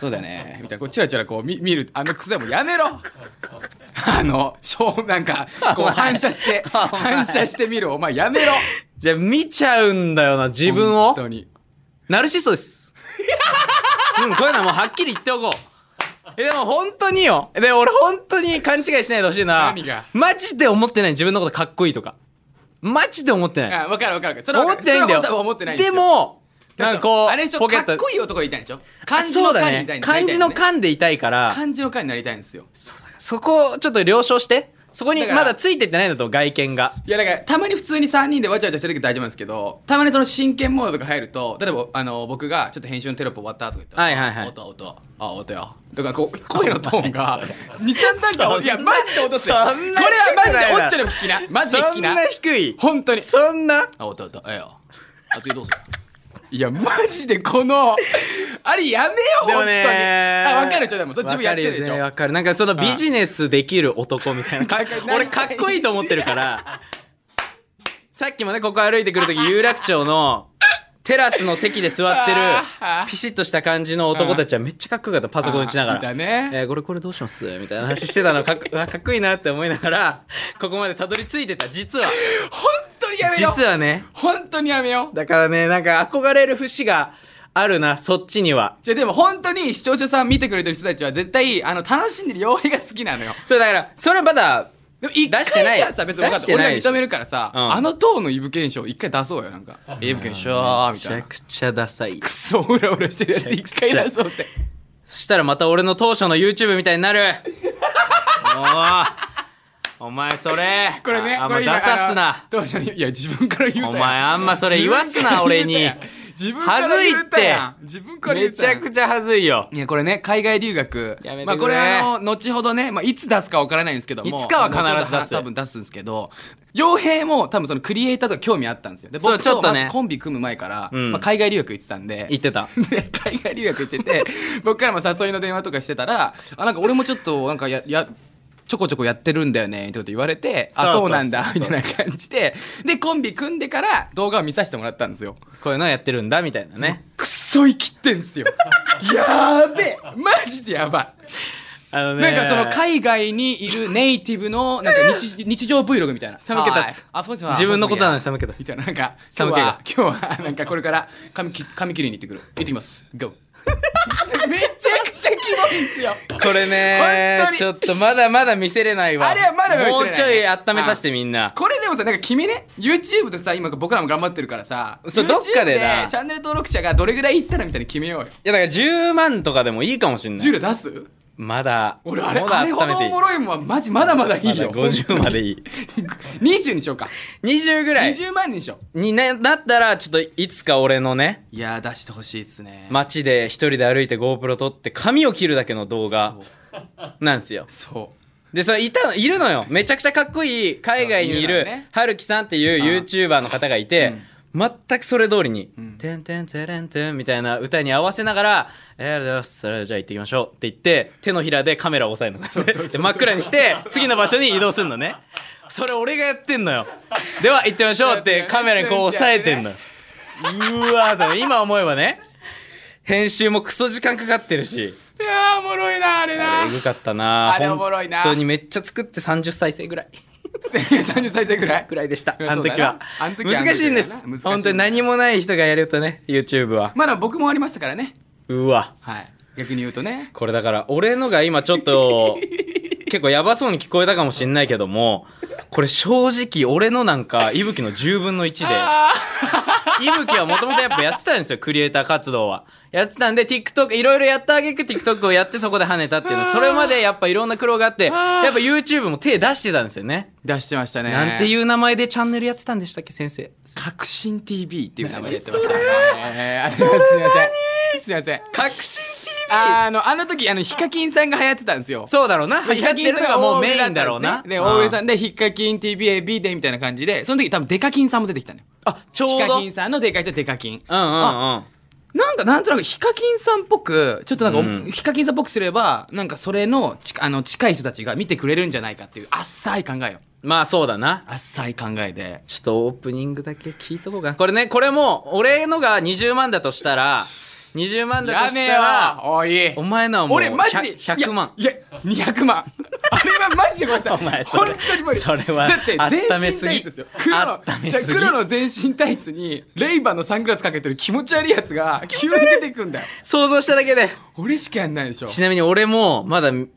[SPEAKER 1] そうだよねみたいなこうチラチラこう見見るあの癖もやめろあのしょうなんかこう
[SPEAKER 2] お前
[SPEAKER 1] 反射して
[SPEAKER 2] お前
[SPEAKER 1] 反射して見るお前やめろ
[SPEAKER 2] じゃあ見ちゃうんだよな自分
[SPEAKER 1] 本
[SPEAKER 2] を
[SPEAKER 1] 当に
[SPEAKER 2] ナルシストです。うん、こういうのはもうはっきり言っておこう。えでも本当によ。で、俺本当に勘違いしないでほしいな
[SPEAKER 1] 何が。
[SPEAKER 2] マジで思ってない。自分のことかっこいいとか。マジで思ってない。
[SPEAKER 1] あ分かる分かる分かるそれは
[SPEAKER 2] 思
[SPEAKER 1] 分か
[SPEAKER 2] っ
[SPEAKER 1] る
[SPEAKER 2] てないんだ
[SPEAKER 1] それは本当は
[SPEAKER 2] よ。
[SPEAKER 1] 思ってないんで
[SPEAKER 2] です
[SPEAKER 1] よ
[SPEAKER 2] も、
[SPEAKER 1] だ
[SPEAKER 2] な
[SPEAKER 1] ら
[SPEAKER 2] んかこ
[SPEAKER 1] あれでし
[SPEAKER 2] う、
[SPEAKER 1] ょ
[SPEAKER 2] ポケッ
[SPEAKER 1] か
[SPEAKER 2] ト
[SPEAKER 1] っ。こいい男でいたいんでしょ
[SPEAKER 2] あ
[SPEAKER 1] 漢字
[SPEAKER 2] そ
[SPEAKER 1] の
[SPEAKER 2] うだ
[SPEAKER 1] 漢にい
[SPEAKER 2] ね
[SPEAKER 1] たいん。だ
[SPEAKER 2] 漢字の漢でいたいから、
[SPEAKER 1] 漢字の漢になりたいんですよ
[SPEAKER 2] そこをちょっと了承して。そこに
[SPEAKER 1] だから
[SPEAKER 2] まだついてってないのと、外見が。
[SPEAKER 1] いやだからたまに普通に3人でわちゃわちゃしてる時大丈夫なんですけどたまにその真剣モードとか入ると例えばあの僕がちょっと編集のテロップ終わったとか言ったら
[SPEAKER 2] はいはいはい
[SPEAKER 1] 音音あ音よ」とかこ
[SPEAKER 2] <laughs>
[SPEAKER 1] う声のトーンが23段階
[SPEAKER 2] そんない
[SPEAKER 1] やマジで音っすよこ
[SPEAKER 2] そ
[SPEAKER 1] れ
[SPEAKER 2] ん
[SPEAKER 1] は
[SPEAKER 2] な
[SPEAKER 1] マジで
[SPEAKER 2] 低くないな
[SPEAKER 1] おっちゃんでも聞きなマジで聞
[SPEAKER 2] そ
[SPEAKER 1] き
[SPEAKER 2] ん
[SPEAKER 1] な
[SPEAKER 2] な低い。
[SPEAKER 1] 本当に
[SPEAKER 2] そんな。
[SPEAKER 1] あ音音ええよあ次どうぞいやマジでこのあれやめよ
[SPEAKER 2] で
[SPEAKER 1] <laughs> 本
[SPEAKER 2] も
[SPEAKER 1] 当に
[SPEAKER 2] ね
[SPEAKER 1] あ分かるでしょでもそれ自分やってるでし
[SPEAKER 2] わかよね
[SPEAKER 1] ょ
[SPEAKER 2] わかるなんかそのビジネスできる男みたい
[SPEAKER 1] <laughs>
[SPEAKER 2] な
[SPEAKER 1] ああ
[SPEAKER 2] 俺かっこいいと思ってるから <laughs> さっきもねここ歩いてく
[SPEAKER 1] <laughs>
[SPEAKER 2] る時有楽町のテラスの席で座ってる
[SPEAKER 1] あー
[SPEAKER 2] ピシッとした感じの男たちはめっちゃかっこよかったパソコン打ちながら
[SPEAKER 1] あーいたね
[SPEAKER 2] えーこれこれどうします?」みたいな話してたのかっこ <laughs> うわかっこいいなって思いながらここまでたどり着いてた実は
[SPEAKER 1] 本当にやめよ
[SPEAKER 2] 実はね
[SPEAKER 1] 本当にやめよ
[SPEAKER 2] だからねなんか憧れる節があるなそっちには
[SPEAKER 1] じゃあでも本当に視聴者さん見てくれてる人たちは絶対あの楽しんでる傭兵が好きなのよ。
[SPEAKER 2] そうだからそれはまだ
[SPEAKER 1] でも一
[SPEAKER 2] 出
[SPEAKER 1] 回
[SPEAKER 2] してない
[SPEAKER 1] じゃあさ別に分かっ
[SPEAKER 2] 出したて
[SPEAKER 1] 俺
[SPEAKER 2] な
[SPEAKER 1] ら
[SPEAKER 2] いでしょ
[SPEAKER 1] 認めるからさ、
[SPEAKER 2] うん
[SPEAKER 1] あの塔のイブ検証一回出そうよなんか。イブ検証
[SPEAKER 2] め
[SPEAKER 1] み
[SPEAKER 2] ち
[SPEAKER 1] たい
[SPEAKER 2] ゃ
[SPEAKER 1] な。
[SPEAKER 2] くちゃダサい
[SPEAKER 1] くそオラオラしてるやつ
[SPEAKER 2] め
[SPEAKER 1] 一
[SPEAKER 2] ちゃくちゃ
[SPEAKER 1] 回出そうぜ。
[SPEAKER 2] そしたらまた俺の当初の YouTube みたいになるもうお前それ
[SPEAKER 1] これね
[SPEAKER 2] ああん
[SPEAKER 1] こ
[SPEAKER 2] ま
[SPEAKER 1] れ
[SPEAKER 2] 出
[SPEAKER 1] 今
[SPEAKER 2] さす
[SPEAKER 1] あ
[SPEAKER 2] な
[SPEAKER 1] の当時のいや自分から言う
[SPEAKER 2] お
[SPEAKER 1] たやん
[SPEAKER 2] 前あんまそれ言わすな俺に
[SPEAKER 1] 自分から言うたやん自分から言
[SPEAKER 2] め
[SPEAKER 1] うた
[SPEAKER 2] ち
[SPEAKER 1] や
[SPEAKER 2] ゃ
[SPEAKER 1] ん
[SPEAKER 2] くちゃはずいよ
[SPEAKER 1] いやこれね海外留学
[SPEAKER 2] やめてくれ
[SPEAKER 1] まあ、これあの後ほどね、まあ、いつ出すかわからないんですけども
[SPEAKER 2] いつかは必ず
[SPEAKER 1] 後ほど
[SPEAKER 2] 出す
[SPEAKER 1] 多分出すんですけど傭兵も多分そのクリエイターとか興味あったんですよで
[SPEAKER 2] そう
[SPEAKER 1] 僕
[SPEAKER 2] ちょっ
[SPEAKER 1] と
[SPEAKER 2] と
[SPEAKER 1] ま
[SPEAKER 2] ね
[SPEAKER 1] ずコンビ組む前から、
[SPEAKER 2] うん
[SPEAKER 1] まあ、海外留学行ってたんで
[SPEAKER 2] 言ってた
[SPEAKER 1] で海外留学行って
[SPEAKER 2] <laughs>
[SPEAKER 1] て僕からも誘いの電話とかしてたら「あなんか俺もちょっとなんかややちょこちょこやってるんだよね」ってこと言われて「あ
[SPEAKER 2] そうそう
[SPEAKER 1] そうなんだ」
[SPEAKER 2] そ
[SPEAKER 1] み
[SPEAKER 2] う
[SPEAKER 1] たいな感じででコンビ組んでから動画を見させてもらったんですよ。
[SPEAKER 2] こういうのやってるんだみたいなね
[SPEAKER 1] くっそ生きってんす
[SPEAKER 2] <laughs>
[SPEAKER 1] よやーべえマジでやば
[SPEAKER 2] あの
[SPEAKER 1] い、な
[SPEAKER 2] ね
[SPEAKER 1] んかその海外にいるネイティブのなんか日日常 Vlog みたいな
[SPEAKER 2] 寒気立つ
[SPEAKER 1] はいあそうです
[SPEAKER 2] 自分のことなのに寒気
[SPEAKER 1] み
[SPEAKER 2] 立つ
[SPEAKER 1] たいななんか今
[SPEAKER 2] 寒
[SPEAKER 1] 日
[SPEAKER 2] 気が
[SPEAKER 1] は今日はなんかこれから髪き髪切りに行ってくる行ってきます
[SPEAKER 2] <laughs>
[SPEAKER 1] GO めちゃくちゃキモいんすよ
[SPEAKER 2] これね
[SPEAKER 1] 本当に
[SPEAKER 2] ちょっとまだまだ見せれないわ
[SPEAKER 1] あれはまだ見せれない
[SPEAKER 2] もうちょい温めさせてみんな
[SPEAKER 1] これでもさなんか君ね YouTube とさ今僕らも頑張ってるからさ
[SPEAKER 2] そうどっかで
[SPEAKER 1] YouTube
[SPEAKER 2] な
[SPEAKER 1] チャンネル登録者がどれぐらいいったらみたいに決めようよ
[SPEAKER 2] いやだから10万とかでもいいかもしんな
[SPEAKER 1] 10
[SPEAKER 2] い
[SPEAKER 1] 料出す
[SPEAKER 2] まだ
[SPEAKER 1] 俺あれ
[SPEAKER 2] まだ
[SPEAKER 1] あれほどおもろいもんはマジまだまだいい
[SPEAKER 2] まだ
[SPEAKER 1] よ
[SPEAKER 2] <laughs> 50ま
[SPEAKER 1] <laughs>
[SPEAKER 2] でいい
[SPEAKER 1] 20にしようか
[SPEAKER 2] 20ぐらい
[SPEAKER 1] 20万にしよう
[SPEAKER 2] にねなったらちょっといつか俺のね
[SPEAKER 1] いやー出してほしいっすね
[SPEAKER 2] 街で一人で歩いて GoPro 撮って髪を切るだけの動画
[SPEAKER 1] そう
[SPEAKER 2] なんですよ
[SPEAKER 1] そう
[SPEAKER 2] でそれいたのいるのよめちゃくちゃかっこいい海外にい
[SPEAKER 1] いる
[SPEAKER 2] る
[SPEAKER 1] のよね
[SPEAKER 2] はるきさんっていう YouTuber の方がいて、全くそれ通りに
[SPEAKER 1] ん
[SPEAKER 2] 「てんてんてれんてん」みたいな歌に合わせながら「えー、よしそれじゃあ行ってきましょう」って言って手のひらでカメラを押さえるので真っ暗にして次の場所に移動するのねそれ俺がやってんのよでは行ってみましょうってカメラにこう押さえてんのようわーでも今思えばね編集もクソ時間かかってるし
[SPEAKER 1] いやーおもろいなあれな
[SPEAKER 2] あれえぐかったな
[SPEAKER 1] あれおもろいな
[SPEAKER 2] 本当にめっちゃ作って30再生ぐらい
[SPEAKER 1] <laughs> 30再生ぐらい
[SPEAKER 2] ぐらいでした
[SPEAKER 1] うん
[SPEAKER 2] あの時は
[SPEAKER 1] そうだなあの時は
[SPEAKER 2] 難しいんで
[SPEAKER 1] あの時
[SPEAKER 2] す
[SPEAKER 1] はな難しいんです
[SPEAKER 2] 本当に何もない人がやるとね YouTube は
[SPEAKER 1] まだ僕もありましたからね
[SPEAKER 2] うわ
[SPEAKER 1] はい逆に言うとね
[SPEAKER 2] これだから俺のが今ちょっ
[SPEAKER 1] <laughs>
[SPEAKER 2] と結構やばそうに聞こえたかもしんないけどもこれ正直俺のなんかいぶきの10分の1で
[SPEAKER 1] あ
[SPEAKER 2] <laughs> いぶきはもともとやっぱやってたんですよクリエイター活動はやってたんで TikTok いろいろやったあげく TikTok をやってそこで跳ねたっていうのそれまでやっぱいろんな苦労があってやっぱ YouTube も手出してたんですよね
[SPEAKER 1] 出してましたね
[SPEAKER 2] なんて
[SPEAKER 1] う
[SPEAKER 2] いう名前でチャンネルやってたんでしたっけ先生
[SPEAKER 1] 革新 TV っていう名前でやってましたねあすいませんすいません
[SPEAKER 2] 革新 TV
[SPEAKER 1] あのあの時あのヒカキンさんが流行ってたんですよ
[SPEAKER 2] そうだろうなやってるのがもうメインだろうな
[SPEAKER 1] で大栗さ
[SPEAKER 2] ん
[SPEAKER 1] んでヒカキン TVAB でみたいな感じでその時多分デカキンさんも出てきたのよ
[SPEAKER 2] あちょう
[SPEAKER 1] ヒ
[SPEAKER 2] ど
[SPEAKER 1] カ
[SPEAKER 2] うん
[SPEAKER 1] キ
[SPEAKER 2] うん
[SPEAKER 1] ンさんのでかい人はデカキン
[SPEAKER 2] うんうん
[SPEAKER 1] なんかなんとなくヒカキンさんっぽくちょっとなんか、
[SPEAKER 2] うん
[SPEAKER 1] ヒカキンさんっぽくすればなんかそれのちあの近い人たちが見てくれるんじゃないかっていう浅い考えよ
[SPEAKER 2] まあそうだな
[SPEAKER 1] 浅い考えで
[SPEAKER 2] ちょっとオープニングだけ聞いとこうかなこれねこれも俺のが20万だとしたら20万だと
[SPEAKER 1] や
[SPEAKER 2] し
[SPEAKER 1] め
[SPEAKER 2] た
[SPEAKER 1] よ
[SPEAKER 2] ら
[SPEAKER 1] おい
[SPEAKER 2] お前のはもう
[SPEAKER 1] 俺マジで
[SPEAKER 2] 100 100万
[SPEAKER 1] いやいや200万
[SPEAKER 2] <laughs>
[SPEAKER 1] あれはマジでごめんなさい
[SPEAKER 2] お前それ
[SPEAKER 1] 本当に無理
[SPEAKER 2] それは
[SPEAKER 1] だって
[SPEAKER 2] 温め
[SPEAKER 1] 全身
[SPEAKER 2] す
[SPEAKER 1] タ
[SPEAKER 2] ぎ
[SPEAKER 1] イツですよ黒の
[SPEAKER 2] 温め
[SPEAKER 1] じゃあ
[SPEAKER 2] すぎ
[SPEAKER 1] 黒の全身タイツにレイバンのサングラスかけてる気持ち悪いやつが急に出てくんだよ
[SPEAKER 2] 想像しただけで
[SPEAKER 1] 俺しかやんないでしょ
[SPEAKER 2] ちなみに俺もまだ見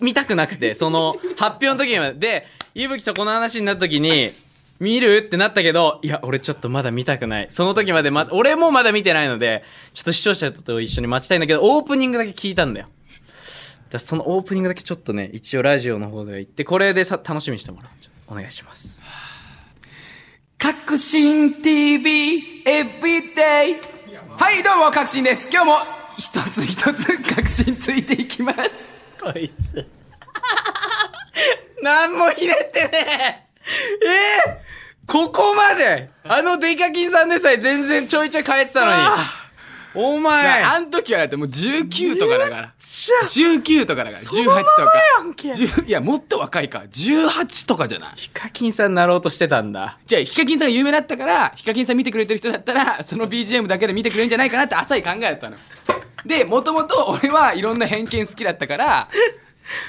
[SPEAKER 2] 見たくなくてその発表の時にはでいぶきとこの話になった時に見るってなったけどいや俺ちょっとまだ見たくないその時まで、ま、俺もまだ見てないのでちょっと視聴者と一緒に待ちたいんだけどオープニングだけ聞いたんだよだからそのオープニングだけちょっとね一応ラジオの方では行ってこれでさ楽しみにしてもらうちょっとお願いします
[SPEAKER 1] 革新 TV エビデイはいどうも革新です今日も一つ一つ革新ついていきます
[SPEAKER 2] こいつ何もひねってねええここまであのデカキンさんでさえ全然ちょいちょい変えてたのにお前
[SPEAKER 1] あ
[SPEAKER 2] あん
[SPEAKER 1] ん時はだってもう19とかだから
[SPEAKER 2] ちゃ
[SPEAKER 1] 19とかだから
[SPEAKER 2] そのまま
[SPEAKER 1] 18とか
[SPEAKER 2] やんけ
[SPEAKER 1] 10いやもっと若いか18とかじゃない
[SPEAKER 2] デカキンさんになろうとしてたんだ
[SPEAKER 1] じゃあヒカキンさんが有名だったからヒカキンさん見てくれてる人だったらその BGM だけで見てくれるんじゃないかなって浅い考えだったのでもともと俺はいろんな偏見好きだったから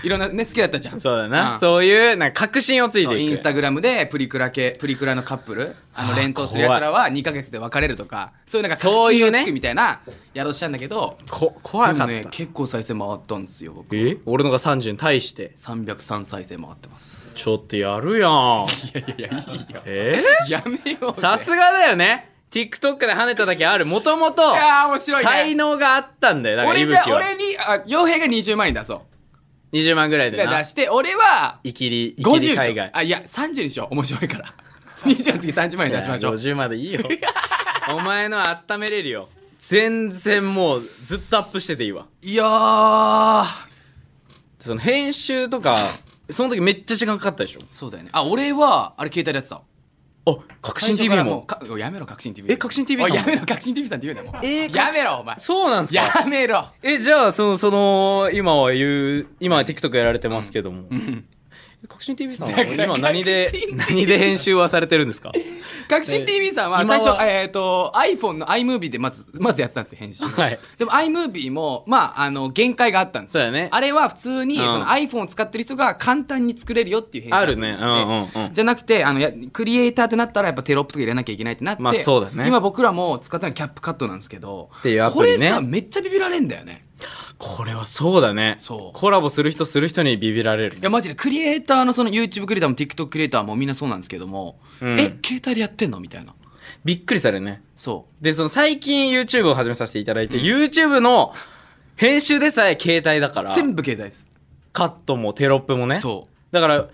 [SPEAKER 1] いろんなね好きだったじゃん
[SPEAKER 2] そうだな、
[SPEAKER 1] ん
[SPEAKER 2] そういうなんか確信をついてい
[SPEAKER 1] そう
[SPEAKER 2] く
[SPEAKER 1] インスタグラムでプリクラ系プリクラのカップルあの連投するやつらは2ヶ月で別れるとかそういうなんか
[SPEAKER 2] そう
[SPEAKER 1] 確
[SPEAKER 2] い
[SPEAKER 1] 信
[SPEAKER 2] う
[SPEAKER 1] を
[SPEAKER 2] ね
[SPEAKER 1] つくみたいなやろうしたんだけど
[SPEAKER 2] こ怖かった、
[SPEAKER 1] でもね結構再生回ったんですよ僕
[SPEAKER 2] え俺のが30に対して
[SPEAKER 1] 303再生回ってます
[SPEAKER 2] ちょっとやるや
[SPEAKER 1] <laughs>
[SPEAKER 2] ん
[SPEAKER 1] いやいやいやいいよ
[SPEAKER 2] え
[SPEAKER 1] やめよう
[SPEAKER 2] さすがだよね TikTok で跳ねただけあるもともと
[SPEAKER 1] いやー面白いね
[SPEAKER 2] 才能があったんだよだから
[SPEAKER 1] 俺
[SPEAKER 2] いぶ
[SPEAKER 1] じゃ
[SPEAKER 2] きは
[SPEAKER 1] 俺にあ傭兵が20万人出そう
[SPEAKER 2] 20万ぐらいで
[SPEAKER 1] で
[SPEAKER 2] な
[SPEAKER 1] 出して俺は
[SPEAKER 2] イキリイキ
[SPEAKER 1] 50
[SPEAKER 2] リ
[SPEAKER 1] で
[SPEAKER 2] 海
[SPEAKER 1] しょ
[SPEAKER 2] 外
[SPEAKER 1] あいや30にしよう面白いから20の次30万円出しましょ
[SPEAKER 2] いうや50までいいよお前のは温めれるよ全然もうずっとアップしてていいわ
[SPEAKER 1] いやー
[SPEAKER 2] その編集とかその時めっちゃ時間かかったでしょ
[SPEAKER 1] そうだよねあ俺はあれ携帯でやってた
[SPEAKER 2] あ革新
[SPEAKER 1] 最初か
[SPEAKER 2] TV
[SPEAKER 1] ら
[SPEAKER 2] も
[SPEAKER 1] うかやめろ革新 TV
[SPEAKER 2] え革新 TV
[SPEAKER 1] お
[SPEAKER 2] さん
[SPEAKER 1] い
[SPEAKER 2] も
[SPEAKER 1] やめろ革新 TV さんって言うなもう
[SPEAKER 2] えー
[SPEAKER 1] やめろお前
[SPEAKER 2] そうなんですか
[SPEAKER 1] やめ
[SPEAKER 2] <laughs>
[SPEAKER 1] ろ
[SPEAKER 2] えじゃあそのその今は言う今は TikTok やられてますけども、
[SPEAKER 1] ん
[SPEAKER 2] 革新 TV さん
[SPEAKER 1] だ
[SPEAKER 2] は
[SPEAKER 1] から
[SPEAKER 2] 今何で
[SPEAKER 1] 革新 TV
[SPEAKER 2] 何で編集はされてるんで
[SPEAKER 1] <laughs>
[SPEAKER 2] すか
[SPEAKER 1] 革新 TV さんは
[SPEAKER 2] 今は
[SPEAKER 1] 最初、えー、と iPhone の iMovie でまずまずやってたんですよ編集、
[SPEAKER 2] はい
[SPEAKER 1] でも iMovie も、まあ、あの限界があったんです
[SPEAKER 2] そう
[SPEAKER 1] よ
[SPEAKER 2] だね
[SPEAKER 1] あれは普通に、
[SPEAKER 2] うん
[SPEAKER 1] その iPhone を使ってる人が簡単に作れるよっていう編集
[SPEAKER 2] あるねうんうんうん
[SPEAKER 1] じゃなくてあのやクリエイターってなったらやっぱテロップとか入れなきゃいけないってなって、
[SPEAKER 2] まあそうだね
[SPEAKER 1] 今僕らも使ったのキャップカットなんですけど
[SPEAKER 2] っていうアプリね
[SPEAKER 1] これさめっちゃビビられんだよね
[SPEAKER 2] これはそうだね
[SPEAKER 1] そう
[SPEAKER 2] コラボする人する人にビビられる
[SPEAKER 1] いやマジでクリエイターのその YouTube クリエイターも TikTok クリエイターもみんなそうなんですけども、
[SPEAKER 2] うん
[SPEAKER 1] え携帯でやってんのみたいな
[SPEAKER 2] びっくりされるね
[SPEAKER 1] そう
[SPEAKER 2] でその最近 YouTube を始めさせていただいて、YouTube の編集でさえ携帯だから
[SPEAKER 1] 全部携帯です、
[SPEAKER 2] カットもテロップもね
[SPEAKER 1] そう
[SPEAKER 2] だから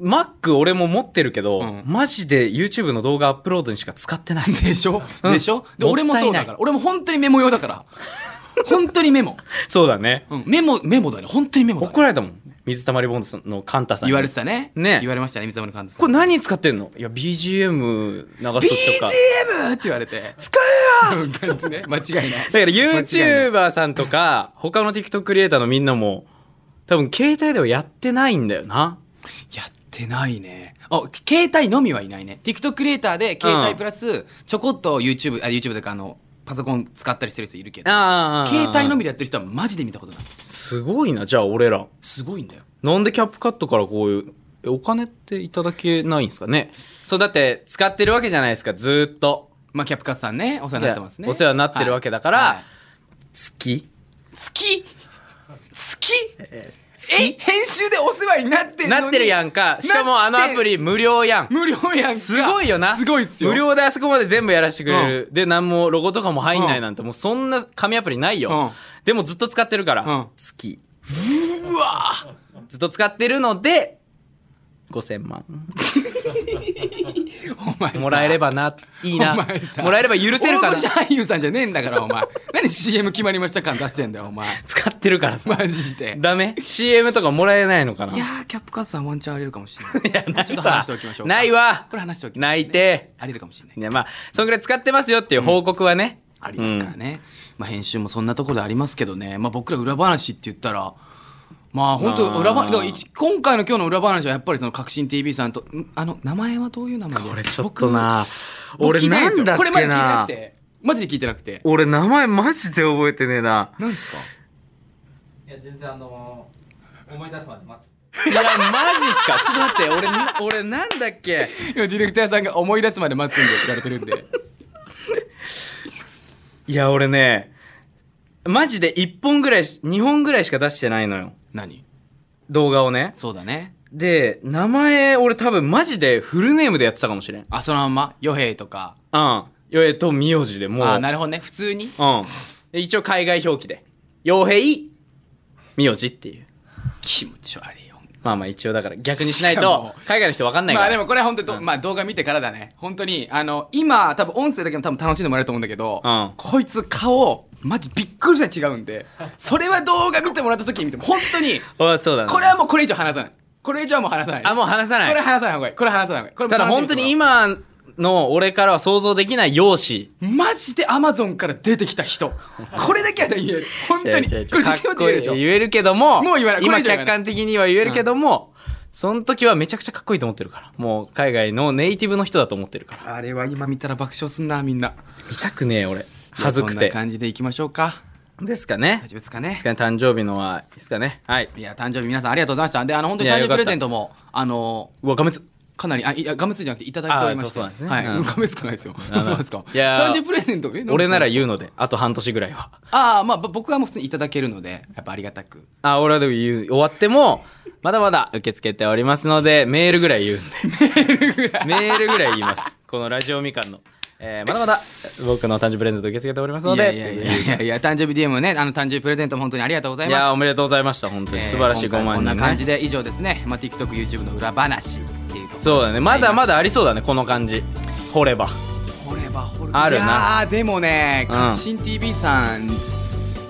[SPEAKER 2] Mac 俺も持ってるけど、
[SPEAKER 1] うん
[SPEAKER 2] マジで YouTube の動画アップロードにしか使ってない
[SPEAKER 1] <laughs>
[SPEAKER 2] ん
[SPEAKER 1] でしょ、
[SPEAKER 2] うん
[SPEAKER 1] でしょで
[SPEAKER 2] もっ
[SPEAKER 1] 俺
[SPEAKER 2] たい
[SPEAKER 1] も
[SPEAKER 2] ない
[SPEAKER 1] そうだから俺も本当にメモ用だから
[SPEAKER 2] <laughs>
[SPEAKER 1] 本当にメモ、
[SPEAKER 2] <laughs> そうだね
[SPEAKER 1] うん、メモメモだね本当にメモだ、
[SPEAKER 2] 怒
[SPEAKER 1] ね、
[SPEAKER 2] られたもん水溜りボンドさんのカンタさんに
[SPEAKER 1] 言われてたね
[SPEAKER 2] ね
[SPEAKER 1] 言われましたね水溜り監督
[SPEAKER 2] これ何使ってんのいや BGM 流す時とか
[SPEAKER 1] BGM! って言われて
[SPEAKER 2] 使
[SPEAKER 1] 使え
[SPEAKER 2] <laughs>
[SPEAKER 1] よ、 <laughs> ね、間違いない
[SPEAKER 2] だから
[SPEAKER 1] 間違い
[SPEAKER 2] YouTuber さんとか他の TikTok クリエイターのみんなも多分携帯ではやってないんだよな
[SPEAKER 1] やってないねあ携帯のみはいないね TikTok クリエイターで携帯プラスちょこっと YouTube あ YouTube とかあのパソコン使ったりしてる人いるけど
[SPEAKER 2] あ
[SPEAKER 1] 携帯のみ
[SPEAKER 2] み
[SPEAKER 1] でやってる人はマジで見たことない
[SPEAKER 2] すごいなじゃあ俺ら
[SPEAKER 1] すごいんだよ
[SPEAKER 2] なんでキャップカットからこういうえお金っていただけないんですかねそうだって使ってるわけじゃないですかずーっと
[SPEAKER 1] まあキャプカスさんねお世話になってますね
[SPEAKER 2] お世話になってるわけだから
[SPEAKER 1] はいはい
[SPEAKER 2] 月
[SPEAKER 1] 月月え編集でお世話になってんのに
[SPEAKER 2] なってるやんかしかもあのアプリ無料やん
[SPEAKER 1] 無料やんか
[SPEAKER 2] すごいよな
[SPEAKER 1] すごいっすよ
[SPEAKER 2] 無料であそこまで全部やらせてくれる、で何もロゴとかも入んないなんて、もうそんな紙アプリないよ、
[SPEAKER 1] うん
[SPEAKER 2] でもずっと使ってるから、
[SPEAKER 1] うん
[SPEAKER 2] 月
[SPEAKER 1] うわ
[SPEAKER 2] ずっと使ってるので5000万
[SPEAKER 1] お前さ
[SPEAKER 2] もらえればないいな
[SPEAKER 1] お前さ
[SPEAKER 2] もらえれば許せるか
[SPEAKER 1] 大
[SPEAKER 2] な
[SPEAKER 1] 御所俳優さんじゃねえんだからお前何 CM 決まりました感出してんだよお前
[SPEAKER 2] 使ってるからさ
[SPEAKER 1] マジで
[SPEAKER 2] ダメ CM とかもらえないのかない
[SPEAKER 1] やーキャップカスさんワンチャンありえるかもしれない
[SPEAKER 2] <laughs> いやないわ
[SPEAKER 1] ちょっと話しておきましょうか
[SPEAKER 2] ないわ
[SPEAKER 1] これ話しておきましょう
[SPEAKER 2] 泣いて
[SPEAKER 1] ありえるかもしれない
[SPEAKER 2] いやまあそんぐらい使ってますよっていう報告はね、
[SPEAKER 1] ありますからね、まあ編集もそんなところでありますけどねまあ僕ら裏話って言ったらまあ本当裏
[SPEAKER 2] あ
[SPEAKER 1] 話
[SPEAKER 2] ー
[SPEAKER 1] だから一今回の今日の裏話はやっぱりその革新 TV さんとんあの名前はどういう名前で
[SPEAKER 2] これちょっとな
[SPEAKER 1] 僕
[SPEAKER 2] 俺
[SPEAKER 1] 僕聞いてい
[SPEAKER 2] なん
[SPEAKER 1] ですよ
[SPEAKER 2] だっ
[SPEAKER 1] これまで聞
[SPEAKER 2] け
[SPEAKER 1] いてな
[SPEAKER 2] な
[SPEAKER 1] くてマジで聞いてなくて
[SPEAKER 2] 俺名前マジで覚えてねえな
[SPEAKER 1] なんです
[SPEAKER 4] いや全然あのー、思い出すまで待つ
[SPEAKER 2] いやマジっす <laughs> かちょっと待って俺な俺なんだっけ
[SPEAKER 1] か今ディレクターさんが思い出すまで待つんでって言われてるんで <laughs>
[SPEAKER 2] いや俺ねマジで1本ぐらい2本ぐらいしか出してないのよ
[SPEAKER 1] 何
[SPEAKER 2] 動画をね
[SPEAKER 1] そうだね
[SPEAKER 2] で名前俺多分マジでフルネームでやってたかもしれんうん
[SPEAKER 1] あそのまんま余兵とか
[SPEAKER 2] よえと名字でもう
[SPEAKER 1] あなるほどね普通に
[SPEAKER 2] うんで一応海外表記で傭兵名字っていう
[SPEAKER 1] 気持ち悪いよ
[SPEAKER 2] まあまあ一応だから逆にしない
[SPEAKER 1] しか
[SPEAKER 2] と
[SPEAKER 1] も
[SPEAKER 2] 海外の人分かんないか
[SPEAKER 1] ま
[SPEAKER 2] ら
[SPEAKER 1] あでもこれは本当にど、まあ動画見てからだね本当にあの今多分音声だけでも多分楽しんでもらえると思うんだけど、
[SPEAKER 2] うん
[SPEAKER 1] こいつ顔マジびっくりしたら違うんでそれは動画見てもらった時に見ても本当に
[SPEAKER 2] あそうだね
[SPEAKER 1] これはもうこれ以上話さないこれ以上はもう話さない
[SPEAKER 2] あもう話さない
[SPEAKER 1] これ話さない方がいいこれ話さない方がいいこれも
[SPEAKER 2] ただ
[SPEAKER 1] 楽しみ
[SPEAKER 2] 本
[SPEAKER 1] に
[SPEAKER 2] 当
[SPEAKER 1] してもら
[SPEAKER 2] に
[SPEAKER 1] おう
[SPEAKER 2] 今の俺からは想像できない容姿
[SPEAKER 1] マジでアマゾンから出てきた人これだけは言える本当に
[SPEAKER 2] 違う違う違う
[SPEAKER 1] これ自信を言えるでし
[SPEAKER 2] かっこ
[SPEAKER 1] ょ
[SPEAKER 2] いい言えるけども
[SPEAKER 1] もう言わないこれ
[SPEAKER 2] 今
[SPEAKER 1] 以上言
[SPEAKER 2] 客
[SPEAKER 1] わない
[SPEAKER 2] 観的には言えるけども、その時はめちゃくちゃかっこいいと思ってるからもう海外のネイティブの人だと思ってるから
[SPEAKER 1] あれは今見たら爆笑すんなみんな
[SPEAKER 2] 見たくねえ俺恥ずく
[SPEAKER 1] そん
[SPEAKER 2] て
[SPEAKER 1] な感じでいきましょうか
[SPEAKER 2] ですかね
[SPEAKER 1] 大丈夫ですかね
[SPEAKER 2] ですかね誕生日のはいいですかねはい
[SPEAKER 1] いや誕生日皆さんありがとうございましたであの本当に
[SPEAKER 2] いや
[SPEAKER 1] 誕生
[SPEAKER 2] よ
[SPEAKER 1] 日
[SPEAKER 2] かっ
[SPEAKER 1] プ
[SPEAKER 2] た
[SPEAKER 1] レゼントもあの
[SPEAKER 2] うわ画面つ
[SPEAKER 1] かなりあいやガムツじゃなくていただいておりまして
[SPEAKER 2] あそうそうなんですね
[SPEAKER 1] はい
[SPEAKER 2] うん
[SPEAKER 1] うんガムつかないですよ
[SPEAKER 2] <laughs> あ
[SPEAKER 1] そうなんですか
[SPEAKER 2] いや
[SPEAKER 1] 誕
[SPEAKER 2] ー
[SPEAKER 1] 生日プレゼントえなんか
[SPEAKER 2] <laughs> 俺なら言うのであと半年ぐらいは
[SPEAKER 1] ああまあぼ僕はもう普通にいただけるのでやっぱありがたく
[SPEAKER 2] あ俺はでも言う終わってもまだまだ受け付けておりますのでメールぐらい言うんでメールぐらい言いますこのラジオみかんのえーまだまだ僕の誕生日プレゼント受け付けておりますの
[SPEAKER 1] いや
[SPEAKER 2] で
[SPEAKER 1] いやいやいやいや誕生日 DM もねあの誕生日プレゼントも本当にありがとうござい
[SPEAKER 2] い
[SPEAKER 1] ます
[SPEAKER 2] やおめでとうございました本当に
[SPEAKER 1] えー
[SPEAKER 2] 素晴らしい
[SPEAKER 1] 今
[SPEAKER 2] 5
[SPEAKER 1] 回
[SPEAKER 2] 万
[SPEAKER 1] こんな
[SPEAKER 2] 人
[SPEAKER 1] 感
[SPEAKER 2] ね
[SPEAKER 1] じで以上ですね、まあ、TikTokYouTube の裏話っていうところ
[SPEAKER 2] そうだねまだまだありそうだねこの感じ掘れば
[SPEAKER 1] 掘れば掘る
[SPEAKER 2] あるない
[SPEAKER 1] やーでもね
[SPEAKER 2] うん
[SPEAKER 1] 革新 TV さん